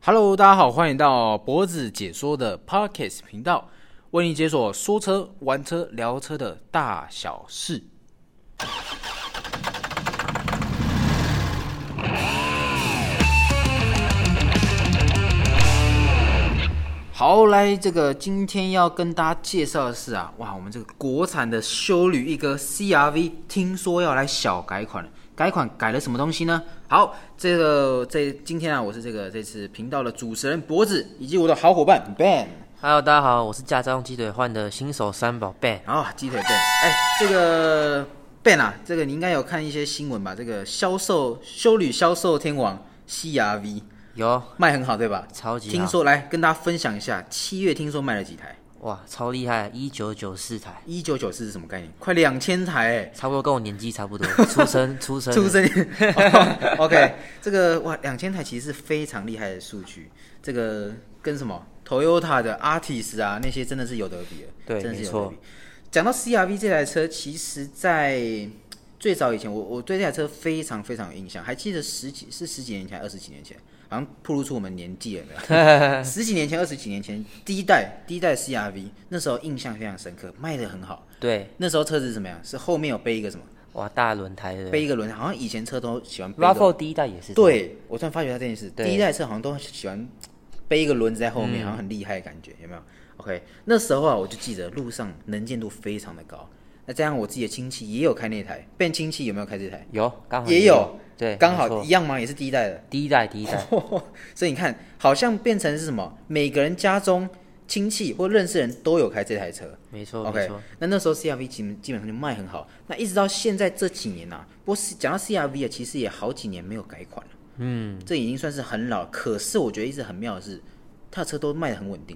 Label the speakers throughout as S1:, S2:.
S1: Hello，大家好，欢迎到脖子解说的 Podcast 频道，为你解锁说车、玩车、聊车的大小事。好，来这个今天要跟大家介绍的是啊，哇，我们这个国产的修旅一哥 CRV，听说要来小改款了。改款改了什么东西呢？好，这个这今天啊，我是这个这次频道的主持人脖子，以及我的好伙伴 Ben。
S2: Hello，大家好，我是驾照用鸡腿换的新手三宝 Ben。
S1: 啊，鸡腿 Ben，哎、这个 Ben 啊，这个你应该有看一些新闻吧？这个销售修旅销售天王 CRV
S2: 有
S1: 卖很好，对吧？
S2: 超级好
S1: 听说来跟大家分享一下，七月听说卖了几台？
S2: 哇，超厉害，一九九四台，
S1: 一九九四是什么概念？快两千台哎、
S2: 差不多跟我年纪差不多， 出生出生
S1: 出生、哦、，OK，这 个哇，两千台其实是非常厉害的数据，这个跟什么 Toyota 的 Artis 啊那些真的是有得比的，
S2: 对
S1: 真的是有
S2: 没
S1: 得
S2: 错
S1: 比。讲到 CRV 这台车，其实在最早以前，我我对这台车非常非常有印象，还记得十几是十几年前，还是二十几年前，好像暴露出我们年纪了没 有？十几年前、二十几年前，第一代第一代 CRV 那时候印象非常深刻，卖的很好。
S2: 对，
S1: 那时候车子是怎么样？是后面有背一个什么？
S2: 哇，大轮胎的
S1: 背一个轮胎，好像以前车都喜欢背一个
S2: Raffle 第一代也是，，
S1: 对，我突然发觉到这件事，
S2: 对嗯
S1: 第一代车好像都喜欢背一个轮子在后面，好像很厉害的感觉，有没有？OK，那时候啊，我就记得路上能见度非常的高。那这样我自己的亲戚也有开那台，变亲戚有没有开这台？
S2: 啊有刚好
S1: 也有，
S2: 对，
S1: 刚
S2: 没
S1: 好
S2: 错
S1: 一样吗？也是第一代的。
S2: 第一代第一代，
S1: 所以你看，好像变成是什么？每个人家中亲戚或认识人都有开这台车。
S2: 没错没
S1: OK，
S2: 错，
S1: 那那时候 CRV 基本基本上就卖很好，那一直到现在这几年啊，不过是讲到 CRV 啊，其实也好几年没有改款了，嗯，这已经算是很老了。可是我觉得一直很妙的是，它的车都卖的很稳定，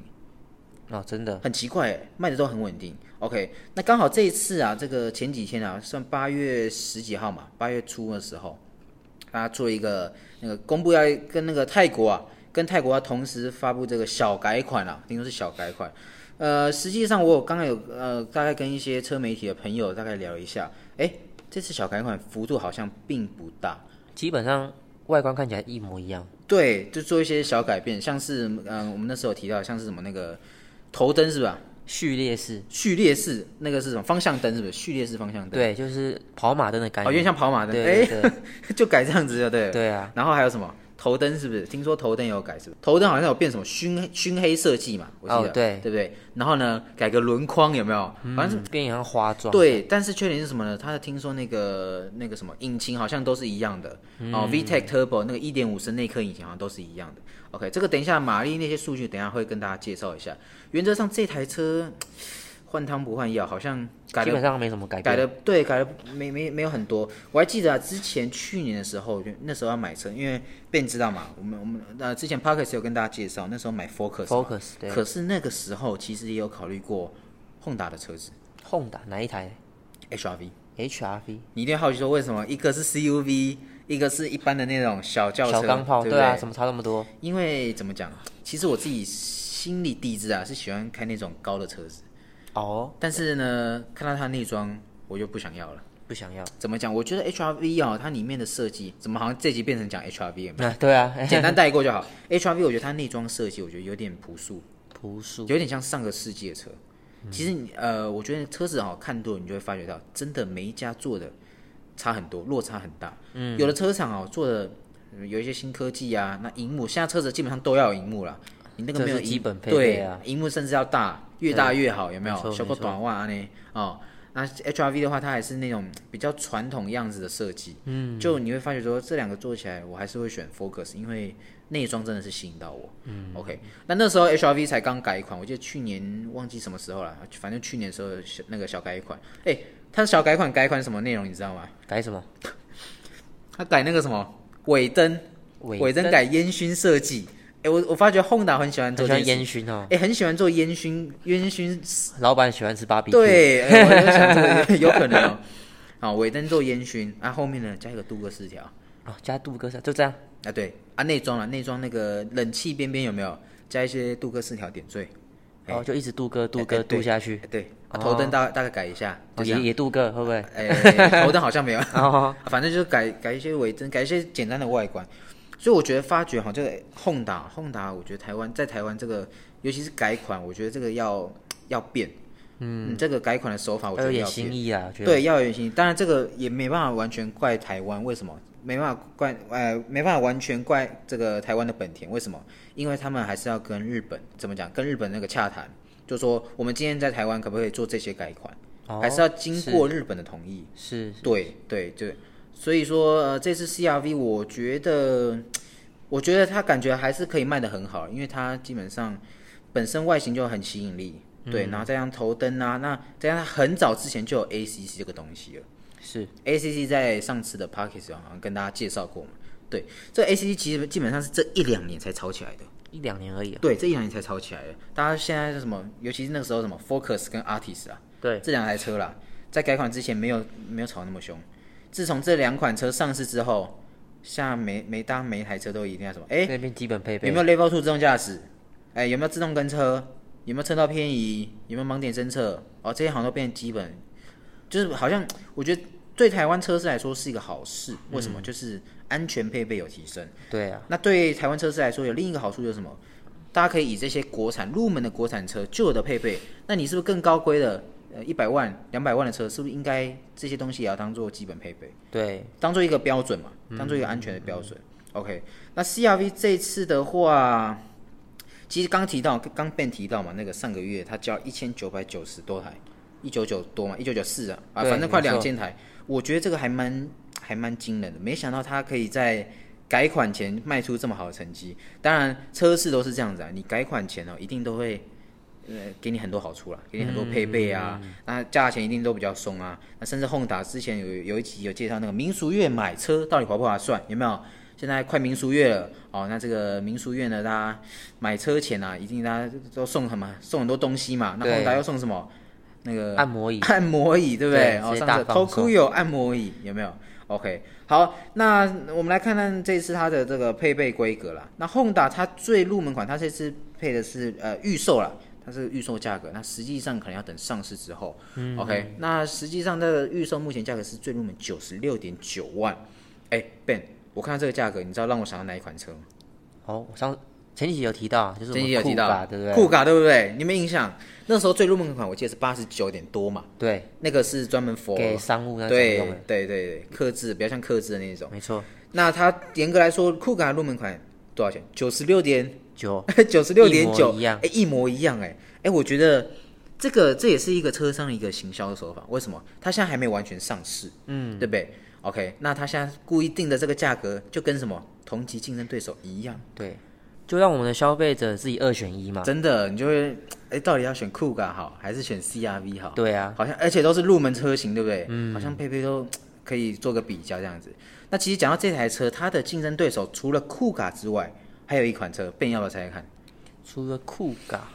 S2: 哦，真的，
S1: 很奇怪欸，卖的都很稳定。OK，那刚好这一次啊，这个前几天啊，算八月十几号嘛，八月初的时候，他做了一个那个公布要跟那个泰国啊，跟泰国要同时发布这个小改款啊，听说是小改款。呃，实际上我有刚刚有呃，大概跟一些车媒体的朋友大概聊一下，哎，这次小改款幅度好像并不大，
S2: 基本上外观看起来一模一样，
S1: 对，就做一些小改变，像是嗯、呃我们那时候有提到像是什么那个头灯是吧？
S2: 序列式，
S1: 序列式那个是什么方向灯是不是？序列式方向灯，
S2: 对，就是跑马灯的
S1: 哦，
S2: 感
S1: 有点
S2: 觉，
S1: 像跑马灯，
S2: 对
S1: 哎，
S2: 对 对
S1: 就改这样子就对了。
S2: 对啊，
S1: 然后还有什么头灯是不是？听说头灯也有改是不是？头灯好像有变什么熏熏黑设计嘛，我记得，
S2: 哦对
S1: 对不对？然后呢，改个轮框有没有？反正是、
S2: 嗯变得像花妆，
S1: 对，但是缺点是什么呢？他听说那个那个什么引擎好像都是一样的、
S2: 嗯
S1: 哦，VTEC Turbo 那个1.5升内颗引擎好像都是一样的。OK，这个等一下马力那些数据等一下会跟大家介绍一下。原则上这台车换汤不换药，好像改
S2: 基
S1: 了
S2: 本上没什么改
S1: 改
S2: 变，
S1: 的对，改的没没没有很多。我还记得啊，之前去年的时候，就那时候要买车，因为被你知道嘛，我们我们呃之前 Parkes 有跟大家介绍，那时候买 Focus 嘛
S2: Focus，对
S1: 可是那个时候其实也有考虑过 Honda 的车子
S2: Honda 哪一台
S1: HRV，
S2: HRV
S1: 你一定好奇说为什么一个是 CUV，一个是一般的那种小轿车，
S2: 小钢炮，
S1: 对不
S2: 对啊，怎么差那么多？
S1: 因为怎么讲，其实我自己心里底子啊是喜欢开那种高的车子，
S2: 哦，
S1: 但是呢，看到它内装我就不想要了。
S2: 不想要。
S1: 怎么讲？我觉得 HRV 啊、它里面的设计怎么好像这集变成讲 HRV 了嘛？
S2: 那 对啊，
S1: 简单带过就好。HRV 我觉得它内装设计，我觉得有点朴素，
S2: 朴素，
S1: 有点像上个世纪的车。其实你呃，我觉得车子哈、看多了，你就会发觉到，真的每一家做的差很多，落差很大。嗯，有的车厂哦做的呃有一些新科技啊，那荧幕现在车子基本上都要有荧幕啦，你那个没有
S2: 这是基
S1: 荧
S2: 本配备
S1: 对
S2: 啊，
S1: 荧幕甚至要大，越大越好，有没
S2: 没
S1: 有？
S2: 错
S1: 小个
S2: 没错
S1: 短袜呢？哦，那 HRV 的话，它还是那种比较传统样子的设计。嗯，就你会发觉说这两个做起来，我还是会选 Focus，因为内装真的是吸引到我。嗯，OK，那那时候 HRV 才刚改款，我记得去年忘记什么时候了，反正去年的时候有小那个小改款，哎、它的小改款改款什么内容你知道吗？
S2: 改什么？
S1: 它改那个什么尾灯，
S2: 尾
S1: 尾灯改烟熏设计。哎、我我发觉 Honda 很喜欢
S2: 很
S1: 做
S2: 喜
S1: 这
S2: 欢
S1: 件
S2: 烟
S1: 事，
S2: 熏哦
S1: 哎、，很喜欢做烟熏烟熏
S2: 老板喜欢吃芭比。，
S1: 对，哎我就想这个 有可能哦。好，尾灯做烟熏，啊，后面呢加一个镀铬饰条，
S2: 哦，加镀铬上，就这样，
S1: 啊对，啊内装啊内装那个冷气边边有没有加一些镀铬饰条点缀？哎
S2: 然哦后就一直镀铬、镀
S1: 哎
S2: 铬、
S1: 对
S2: 镀下去
S1: 哎，对，啊
S2: 哦
S1: 头灯大大概改一下，就
S2: 哦
S1: 这
S2: 也
S1: 样。
S2: 也镀铬，会不会？
S1: 哎，头灯好像没有，
S2: 哦，
S1: 反正就是改改一些尾灯，改一些简单的外观。所以我觉得发掘哈，这个 Honda Honda，我觉得台湾在台湾这个，尤其是改款，我觉得这个要要变。嗯，这个改款的手法，我觉
S2: 要有
S1: 得
S2: 点
S1: 要
S2: 新
S1: 变。
S2: 意啊，我觉得。
S1: 对，要有新意。当然，这个也没办法完全怪台湾，为什么？没办法怪，呃，没办法完全怪这个台湾的本田，为什么？因为他们还是要跟日本怎么讲，跟日本那个洽谈，就说我们今天在台湾可不可以做这些改款，
S2: 哦
S1: 还是要经过日本的同意。
S2: 是
S1: 对对对，所以说呃，这次 CRV 我觉得，我觉得它感觉还是可以卖得很好，因为它基本上本身外形就很吸引力，对，然后再加上头灯啊，那再加上它很早之前就有 ACC 这个东西了
S2: 是
S1: ，ACC 在上次的 p a c k a g e 好像跟大家介绍过嘛，对，这个 ACC 其实基本上是这一两年才炒起来的，
S2: 一两年而已啊。
S1: 对，这一两年才炒起来的，大家现在是什么，尤其是那个时候什么 Focus 跟 Artist 啊，
S2: 对，
S1: 这两台车啦，在改款之前没有没有炒那么凶。自从这两款车上市之后，像每每当每一台车都一定要什么？哎，
S2: 那边基本配备
S1: 有没有 Level Two 自动驾驶？哎，有没有自动跟车？有没有车道偏移？有没有盲点侦测？哦，这些好像都变基本，就是好像我觉得对台湾车市来说是一个好事。为
S2: 嗯
S1: 什么？就是安全配备有提升。
S2: 对啊，
S1: 那对台湾车市来说，有另一个好处就是什么？大家可以以这些国产入门的国产车旧有的配备，那你是不是更高规的，呃，一百万、两百万的车，是不是应该这些东西也要当做基本配备，
S2: 对，
S1: 当做一个标准嘛，当做一个安全的标准、o
S2: 嗯
S1: k 那 CRV 这次的话，其实刚提到，刚 Ben 提到嘛，那个上个月他交一千九百九十多台，一九九多嘛，一九九四啊，啊，
S2: 对
S1: 反正快
S2: 没
S1: 两
S2: 错
S1: 千台，我觉得这个还蛮还蛮惊人的，没想到他可以在改款前卖出这么好的成绩。当然，车市都是这样子啊，你改款前哦，一定都会。呃，给你很多好处啦，给你很多配备啊，那价钱一定都比较松啊。那甚至 Honda 之前有有一集有介绍那个民俗月买车到底划不划算，有没有？现在快民俗月了哦，那这个民俗月呢，大家买车前啊，一定大家都送什么？送很多东西嘛。那
S2: 对
S1: Honda 要送什么？那个
S2: 按摩椅
S1: 按摩椅对不
S2: 对
S1: 哦，
S2: 直接
S1: 上
S2: 大
S1: 次
S2: 放松
S1: Tokuyo 按摩椅有没有？OK，好，那我们来看看这次它的这个配备规格啦。那 Honda 它最入门款，它这次配的是呃预售啦，它是预售价格，那实际上可能要等上市之后。OK，那
S2: 嗯
S1: 实际上的预售目前价格是最入门九十六点九万。哎，Ben，我看到这个价格，你知道让我想到哪一款车吗？
S2: 哦，我上前几集有提到啊，就是我
S1: 前
S2: 们
S1: 几有提
S2: 酷吧
S1: 到，
S2: 对不对？
S1: 酷卡对不对？你有没有印象？那时候最入门款我记得是八十九点多嘛，
S2: 对，
S1: 那个是专门 for
S2: 给商务那种
S1: 对
S2: 用的，
S1: 对对对，克制比较像克制的那种。
S2: 没错，
S1: 那它严格来说，酷卡入门款多少钱？九十六点
S2: 九
S1: 九十六点九，
S2: 一模一样
S1: 哎，一模一样哎、哎、我觉得这个这也是一个车商的一个行销的手法。为什么？它现在还没完全上市，嗯，对不对？OK，那它现在故意定的这个价格，就跟什么同级竞争对手一样，
S2: 对，就让我们的消费者自己二选一嘛。
S1: 真的，你就会哎、到底要选酷卡好，还是选 CRV 好？
S2: 对啊，
S1: 好像而且都是入门车型，对不对？嗯，好像配备都可以做个比较这样子。那其实讲到这台车，它的竞争对手除了酷卡之外，还有一款车，便要不要猜猜看？
S2: 除了酷嘎，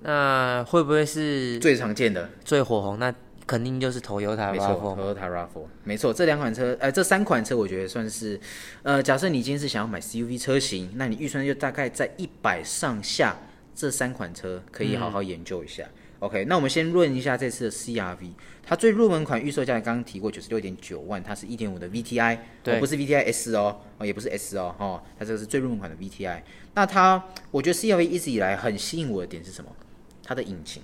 S2: 那会不会是
S1: 最常见的，
S2: 最火红？那肯定就是 Toyota
S1: 没
S2: r
S1: 错
S2: a v
S1: ，Toyota Rav4，没错，这两款车，呃，这三款车我觉得算是，呃，假设你今天是想要买 CUV 车型，那你预算就大概在一百上下，这三款车可以好好研究一下。OK，那我们先论一下这次的 CRV，它最入门款预售价刚刚提过九十六点九万，它是一点五的 VTI，哦、
S2: 对
S1: 不是 VTI S 哦，哦也不是 S 哦，哦，它这个是最入门款的 VTI。那它，我觉得 CRV 一直以来很吸引我的点是什么？它的引擎。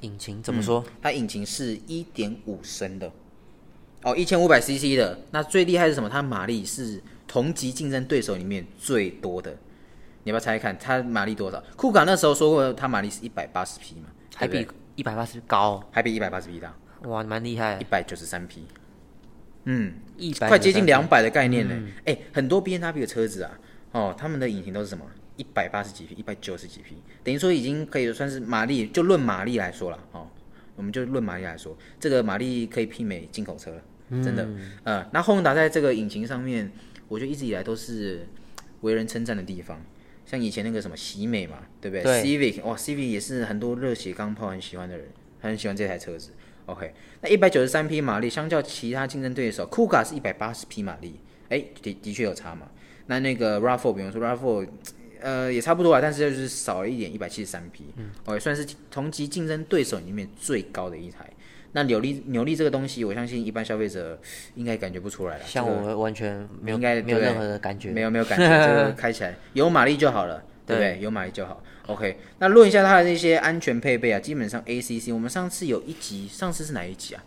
S2: 引擎怎么说？
S1: 它引擎是一点五升的，哦，一千五百 CC 的。那最厉害是什么？它马力是同级竞争对手里面最多的。你要不要猜猜看，它马力多少？酷卡那时候说过，它马力是一百八十匹嘛，
S2: 还
S1: 对
S2: 比
S1: 不
S2: 一百八十高哦、
S1: 对还比一百八十匹大，
S2: 哇，蛮厉害
S1: 一，百九十三匹。嗯，
S2: 一百
S1: 快接近两百的概念呢。哎、很多 B N W 的车子啊，哦，他们的引擎都是什么？一百八十几匹，一百九十几匹，等于说已经可以算是马力，就论马力来说了，哦，我们就论马力来说，这个马力可以媲美进口车了，真的。呃，那 Honda 在这个引擎上面，我觉得一直以来都是为人称赞的地方。像以前那个什么喜美嘛，对不对
S2: 对
S1: c i v i c 哇，Civic 也是很多热血钢炮很喜欢的人，很喜欢这台车子。OK，那一百九十三匹马力，相较其他竞争对手，酷卡是一百八十匹马力，哎，的的确有差嘛。那那个 Rav4，比方说 Rav4，呃，也差不多啊，但是就是少了一点，一百七十三匹，嗯，OK，算是同级竞争对手里面最高的一台。那扭力扭力这个东西，我相信一般消费者应该感觉不出来了。
S2: 像
S1: 这个
S2: 我完全没有
S1: 应该
S2: 没有
S1: 对
S2: 任何的感觉，
S1: 没有没有 感觉，这个开起来有马力就好了，对不对？有马力就好。OK，那论一下它的那些安全配备啊，基本上 ACC，我们上次有一集，上次是哪一集啊？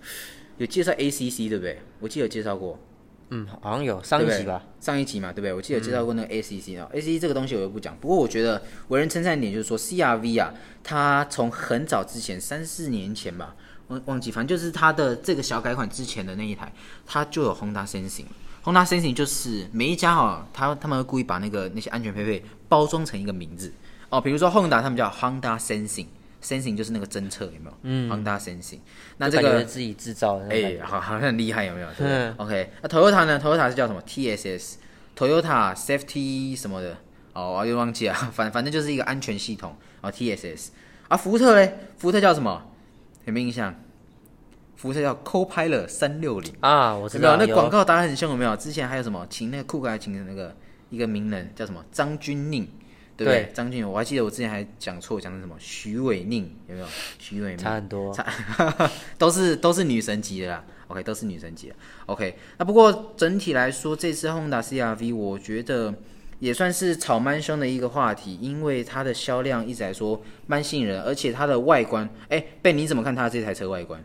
S1: 有介绍 ACC 对不对？我记得有介绍过，
S2: 嗯，好像有上一
S1: 对
S2: 集
S1: 不对
S2: 吧，，
S1: 上一集嘛，对不对？我记得有介绍过那
S2: 嗯
S1: 个 ACC 啊、a c c 这个东西我就不讲。不过我觉得为人称赞一点就是说，CRV 啊，它从很早之前三四年前吧，忘忘记，反正就是它的这个小改款之前的那一台，它就有 Honda Sensing 了。Honda Sensing 就是每一家哈、它他他们会故意把那个那些安全配备包装成一个名字哦，比如说 Honda 他们叫 Honda Sensing。Sensing 就是那个侦测，有没有？嗯，Honda Sensing。那
S2: 就
S1: 这
S2: 感
S1: 个
S2: 觉自己制造的那种感
S1: 哎、
S2: 觉，
S1: 好，好像很厉害，有没有？对
S2: 嗯
S1: OK，那 Toyota 呢？Toyota 是叫什么？TSS，Toyota Safety 什么的，哦，我又忘记了， 反反正就是一个安全系统，哦，TSS。啊，福特嘞？福特叫什么？有没有印象？福特叫 Copilot 三六零，
S2: 啊，我知
S1: 有没有？
S2: 道
S1: 那广
S2: 有
S1: 告打得很凶，有没有？之前还有什么，请那个酷盖，请那个一个名人叫什么张钧甯，对不对？
S2: 对
S1: 张钧甯，我还记得我之前还讲错，讲成什么徐伟宁，有没有？徐伟宁
S2: 差很多，
S1: 差都是都是女神级的啦。OK，都是女神级的。OK，那不过整体来说，这次 Honda CRV 我觉得也算是炒蛮凶的一个话题，因为它的销量一直来说蛮吸引人，而且它的外观，哎，贝你怎么看它这台车外观？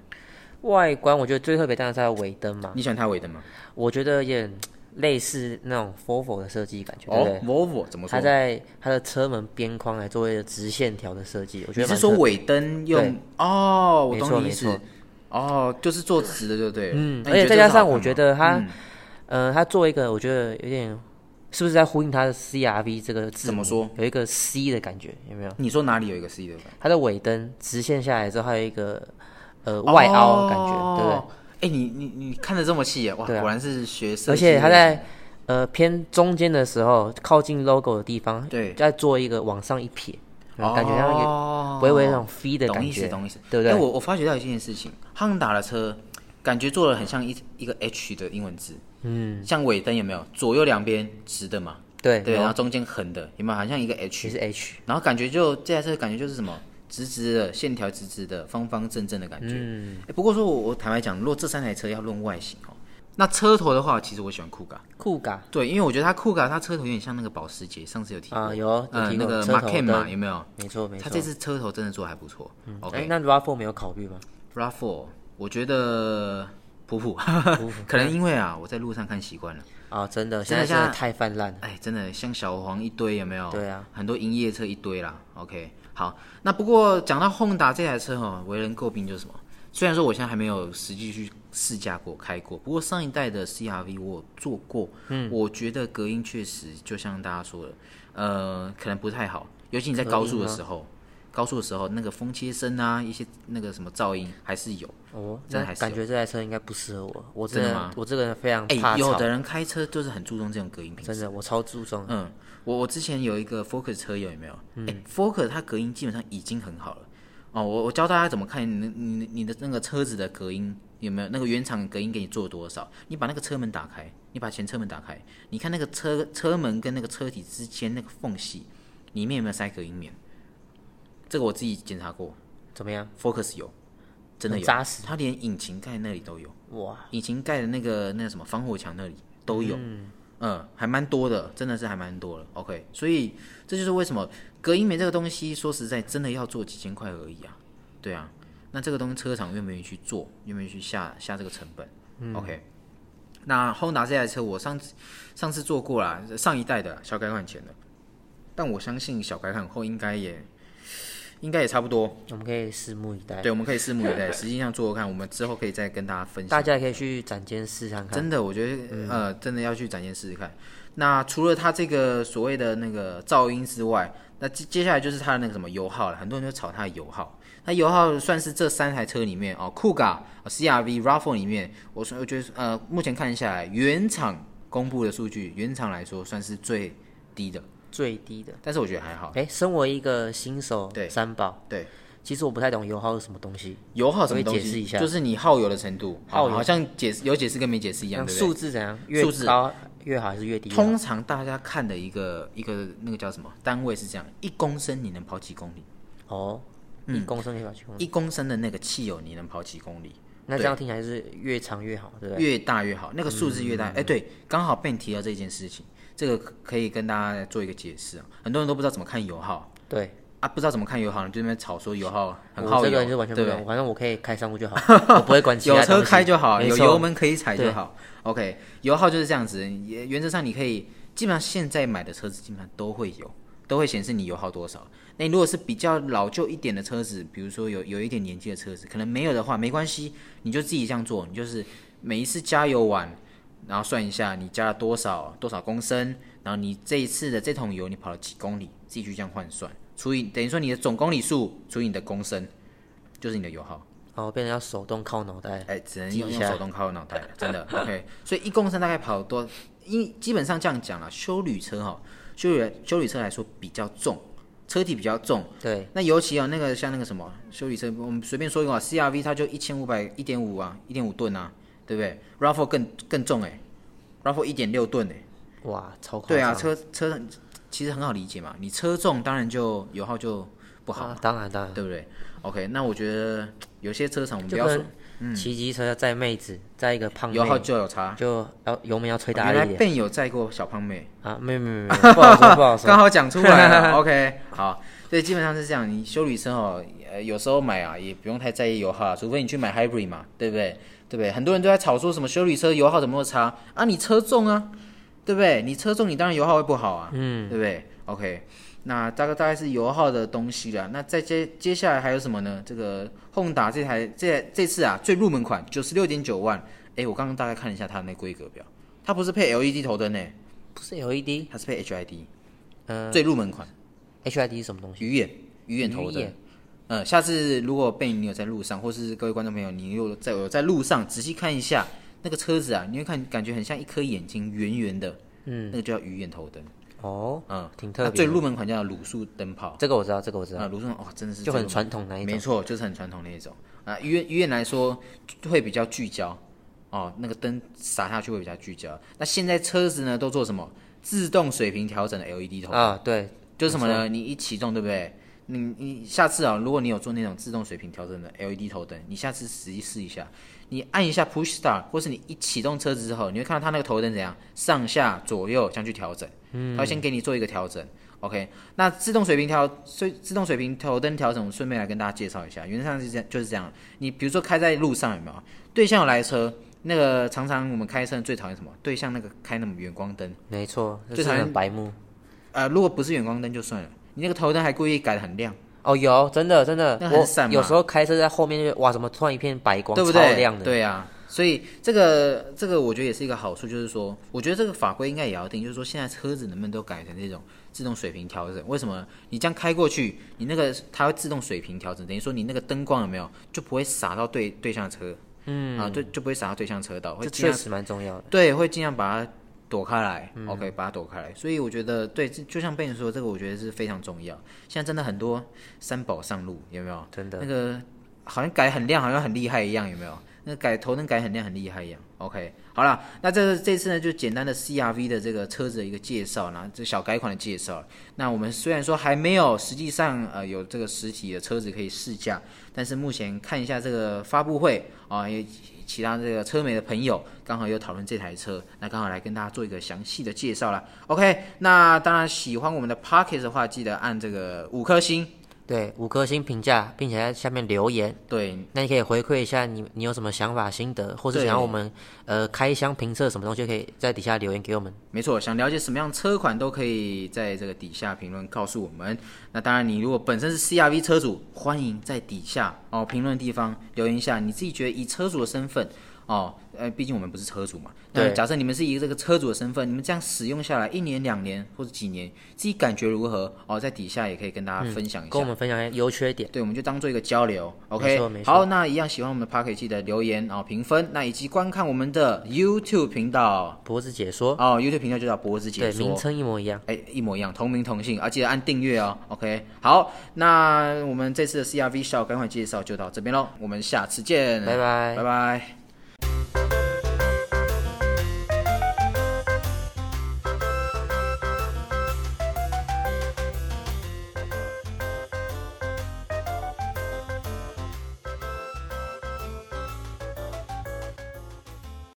S2: 外观我觉得最特别当然是它的尾灯嘛，
S1: 你喜欢它尾灯吗？
S2: 我觉得有点类似那种 Volvo 的设计感觉，对
S1: 哦
S2: 不对？
S1: ，Volvo 怎么
S2: 它
S1: 说？
S2: 在它的车门边框来做一个直线条的设计，我觉
S1: 你是
S2: 得蛮
S1: 说
S2: 特
S1: 尾灯用
S2: 对？
S1: 哦，我
S2: 没
S1: 懂
S2: 错
S1: 你意
S2: 没
S1: 思
S2: 错。
S1: 哦，就是做直的就对了。
S2: 嗯
S1: 那你觉
S2: 而且
S1: 得
S2: 再加
S1: 这个好
S2: 上
S1: 看
S2: 我
S1: 吗
S2: 觉得它
S1: 嗯
S2: 呃，它做一个我觉得有点是不是在呼应它的 CRV 这个字
S1: 怎么
S2: 母
S1: 说？
S2: 有一个 C 的感觉，有没有？
S1: 你说哪里有一个 C 的感觉？
S2: 它的尾灯直线下来之后，还有一个呃
S1: 哦
S2: 外凹的感觉，对不对？
S1: 对？哎、你你你看的这么细耶，哇，
S2: 对啊
S1: 果然是学生。
S2: 而且它在呃偏中间的时候，靠近 logo 的地方，
S1: 对
S2: 再做一个往上一撇，有没有感觉像一个
S1: 哦
S2: 微微那种 V 的
S1: 懂
S2: 感
S1: 意思，
S2: 觉，
S1: 懂意思，
S2: 对不对
S1: 哎我我发觉到一件事情，汉达的车感觉做的很像一一个 H 的英文字，嗯，像尾灯有没有？左右两边直的嘛，
S2: 对
S1: 对，
S2: 有
S1: 然后中间横的，有没有？好像一个
S2: 其
S1: H，
S2: 实 H
S1: 然后感觉就这台车感觉就是什么直直的线条，直直的，方方正正的感觉。嗯，不过说我我坦白讲，如果这三台车要论外形哦，那车头的话，其实我喜欢酷咖。
S2: 酷嘎
S1: 对，因为我觉得它酷卡它车头有点像那个保时捷，上次有提过
S2: 啊，有有
S1: 呃
S2: 提
S1: 那
S2: 过
S1: 个
S2: 车头
S1: Macan 嘛，
S2: 灯，
S1: 有没有？
S2: 没错没
S1: 它
S2: 错
S1: 这。次车头真的做的还不错。
S2: 哎，
S1: OK，
S2: 那 RAV4 没有考虑吗？
S1: RAV4 我觉得 普普， 可能因为啊我在路上看习惯了，
S2: 啊，真的，
S1: 真
S2: 现
S1: 的
S2: 在真的
S1: 像
S2: 太泛滥了。
S1: 哎，真的像小黄一堆有没有？
S2: 对啊，
S1: 很多营业车一堆啦。OK，好，那不过讲到 Honda 这台车哦，为人诟病就是什么？虽然说我现在还没有实际去试驾过、开过，不过上一代的 CRV 我有坐过，嗯，我觉得隔音确实就像大家说的，呃，可能不太好，尤其你在高速的时候，高速的时候那个风切声啊，一些那个什么噪音还是有。
S2: 哦，
S1: 真的
S2: 那
S1: 还是
S2: 感觉这台车应该不适合我，我
S1: 真
S2: 真
S1: 的
S2: 的
S1: 吗
S2: 我这个人非常
S1: 哎、
S2: 怕
S1: 有
S2: 吵，
S1: 的人开车就是很注重这种隔音品质
S2: 真。的我超注重的。
S1: 嗯，我我之前有一个 Focus 车友有没有？嗯、f o c u s 它隔音基本上已经很好了。哦，我我教大家怎么看你的你的你的那个车子的隔音有没有那个原厂隔音给你做多少？你把那个车门打开，你把前车门打开，你看那个车车门跟那个车体之间那个缝隙里面有没有塞隔音棉？这个我自己检查过
S2: 怎么样？
S1: ，Focus 有，真的
S2: 很
S1: 有，
S2: 扎实
S1: 它连引擎盖那里都有。
S2: 哇，
S1: 引擎盖的那个那个什么防火墙那里都有，嗯还蛮多的，真的是还蛮多的。OK，所以这就是为什么隔音棉这个东西，说实在，真的要做几千块而已啊，对啊。那这个东西车厂愿不愿意去做，愿不愿意去下下这个成本、o k 那 Honda 这台车，我上次上次做过啦，上一代的啦小改款前的，但我相信小改款后应该也应该也差不多。
S2: 我们可以拭目以待
S1: 对，，我们可以拭目以待，实际上做做看，我们之后可以再跟大家分享。
S2: 大家也可以去展间试看嗯看。
S1: 真的，我觉得、呃，真的要去展现试试看。那除了它这个所谓的那个噪音之外，那接接下来就是它的那个什么油耗了，很多人就炒它的油耗。那油耗算是这三台车里面哦，酷咖、CRV、RAV4 里面，我说我觉得呃，目前看下来，原厂公布的数据，原厂来说算是最低的，
S2: 最低的，
S1: 但是我觉得还好。
S2: 哎，身为一个新手
S1: 对
S2: 三宝，
S1: 对，
S2: 其实我不太懂油耗是什么东西，
S1: 油耗什么
S2: 我
S1: 东
S2: 会
S1: 西？
S2: 解释一下
S1: 就是你耗油的程度，
S2: 耗油
S1: 好像解释有解释跟没解释一样，
S2: 像
S1: 对不对？
S2: 数字怎样，越
S1: 数字
S2: 高越好还是越低越好？
S1: 通常大家看的一个一个那个叫什么单位是这样：一公升你能跑几公里？嗯
S2: 哦，一公升可以跑几公里？
S1: 一公升的那个汽油你能跑几公里？
S2: 那这样听起来是越长越好，对不对？嗯
S1: 越大越好，那个数字越大。哎、对，刚好被你提到这件事情，这个可可以跟大家做一个解释啊。很多人都不知道怎么看油耗
S2: 对，
S1: 啊，不知道怎么看油耗，你就在那边吵说油耗很
S2: 我
S1: 耗
S2: 这
S1: 油，
S2: 个人就完全不
S1: 对不对
S2: 懂，反正我可以开商务就 好，我不会管其
S1: 有
S2: 他东西。
S1: 车开就好，
S2: 没
S1: 有
S2: 错
S1: 油门可以踩就
S2: 对
S1: 好。OK，油耗就是这样子，也原则上你可以，基本上现在买的车子基本上都会有，都会显示你油耗多少。那你如果是比较老旧一点的车子，比如说有有一点年纪的车子，可能没有的话没关系，你就自己这样做，你就是每一次加油完，然后算一下你加了多少多少公升，然后你这一次的这桶油你跑了几公里，自己去这样换算，除以等于说你的总公里数除以你的公升，就是你的油耗。
S2: 哦，变成要手动靠脑袋。
S1: 哎，只能
S2: 记
S1: 用
S2: 一
S1: 用
S2: 下
S1: 手动靠脑袋了，真的。OK，所以一公升大概跑多，因基本上这样讲了，修旅车哈、修旅修旅车来说比较重，车体比较重。
S2: 对，
S1: 那尤其啊、那个像那个什么修理车，我们随便说一个、啊、CRV，它就一千五百一点五啊，一点五吨啊，对不对？RAV4 更更重哎、r a v 4一点六吨哎、
S2: 哇，超夸张。
S1: 对啊，车车其实很好理解嘛，你车重当然就油耗就不好，
S2: 啊，当然当然，
S1: 对不对？OK，那我觉得有些车厂我们不
S2: 就
S1: 要说嗯
S2: 跟骑机车要载妹子，载一个胖妹
S1: 油，耗就有差，
S2: 就要油门要吹大
S1: 哦原来
S2: 力一点
S1: 笨有载过小胖妹，
S2: 啊！没有没有没有，没有不好说不好
S1: 刚
S2: 说。
S1: 好讲出来 了。OK，好，对，基本上是这样。你修理车哦，呃，有时候买啊，也不用太在意油耗啊，除非你去买 Hybrid 嘛，对不对？对不对？很多人都在吵说什么修理车油耗怎么那么差啊？你车重啊，对不对？你车重，你当然油耗会不好啊，嗯，对不对？OK，那大概大概是油耗的东西了。那再接接下来还有什么呢？这个 Honda 这台这这次啊最入门款九十六点九万，哎，我刚刚大概看了一下它的那规格表，它不是配 LED 头灯呢、
S2: 不是 LED，
S1: 它是配 HID，
S2: 嗯
S1: 最入门款，
S2: ，HID 是什么东西？
S1: 鱼眼鱼眼头
S2: 鱼
S1: 灯
S2: 眼。
S1: 嗯，下次如果被你有在路上，或是各位观众朋友，你有在有在路上仔细看一下那个车子啊，你会看感觉很像一颗眼睛圆圆的，嗯，那个就叫鱼眼头灯，
S2: 哦，
S1: 嗯，
S2: 挺
S1: 它
S2: 特
S1: 最
S2: 别的。
S1: 入门款叫卤素灯泡，
S2: 这个我知道，这个我知
S1: 啊，
S2: 道，
S1: 卤素哦，真的是
S2: 就
S1: 最入
S2: 很
S1: 门
S2: 传统那一
S1: 没
S2: 种。
S1: 错，就是很传统那一种啊。鱼眼鱼眼来说会比较聚焦哦，那个灯洒下去会比较聚焦。那现在车子呢都做什么？自动水平调整的 LED 头灯
S2: 啊，对，
S1: 就是什么呢？你一启动，对不对？你你下次啊，如果你有做那种自动水平调整的 LED 头灯，你下次实际试一下，你按一下 Push Start，或是你一启动车子之后，你会看到它那个头灯怎样上下左右这样去调整，嗯，它会先给你做一个调整。OK，那自动水平调，所以自动水平头灯调整，我顺便来跟大家介绍一下，原则上是这样，就是这样。你比如说开在路上有没有？对向有来车，那个常常我们开车最讨厌什么？对向那个开那种远光灯。
S2: 没错，
S1: 最
S2: 就是
S1: 讨厌
S2: 很白目。
S1: 呃，如果不是远光灯就算了，你那个头灯还故意改的很亮，
S2: 哦，有，真的真的
S1: 那，很
S2: 我
S1: 闪嘛
S2: 有时候开车在后面就哇，怎么突然一片白光，
S1: 对不
S2: 超
S1: 对？
S2: 亮的。
S1: 对啊，所以这个这个我觉得也是一个好处，就是说，我觉得这个法规应该也要定，就是说现在车子能不能都改成这种自动水平调整？为什么你这样开过去，你那个它会自动水平调整，等于说你那个灯光有没有就不会洒到对对向车，嗯啊，对就不会洒到对向车道，会
S2: 这
S1: 尽量
S2: 确实蛮重要的。
S1: 对，会尽量把它躲开来、o k 把它躲开来。所以我觉得，对，这就像贝你说，这个我觉得是非常重要。现在真的很多三宝上路，有没有？
S2: 真的
S1: 那个好像改很亮，好像很厉害一样，有没有？那改头灯改很亮，很厉害一样。OK，好了，那这这次呢，就简单的 CRV 的这个车子的一个介绍啦，这小改款的介绍。那我们虽然说还没有实际上呃有这个实体的车子可以试驾，但是目前看一下这个发布会啊，也其他这个车媒的朋友刚好有讨论这台车，那刚好来跟大家做一个详细的介绍啦。OK，那当然喜欢我们的 Pocket 的话，记得按这个五颗星。
S2: 对，五颗星评价，并且在下面留言。
S1: 对，
S2: 那你可以回馈一下你你有什么想法、心得，或者
S1: 对
S2: 想要我们呃开箱评测什么东西，可以在底下留言给我们。
S1: 没错，想了解什么样车款都可以在这个底下评论告诉我们。那当然，你如果本身是 CRV 车主，欢迎在底下哦评论地方留言一下，你自己觉得以车主的身份哦，呃，毕竟我们不是车主嘛。那
S2: 对
S1: 假设你们是以这个车主的身份，你们这样使用下来一年、两年或者几年，自己感觉如何？哦，在底下也可以跟大家分享一下。
S2: 嗯跟我们分享一下优缺点。
S1: 对，我们就当做一个交流
S2: 没
S1: ，OK
S2: 错没。错
S1: 好，那一样喜欢我们的 p a r k 记得留言哦、评分，那以及观看我们的 YouTube 频道
S2: 脖子解说，
S1: 哦，YouTube 频道就叫脖子解
S2: 对，
S1: 说，
S2: 名称一模一样。
S1: 哎，一模一样，同名同姓，而、记且按订阅哦。OK，好，那我们这次的 CRV 小改款介绍就到这边喽，我们下次见，
S2: 拜拜
S1: 拜拜。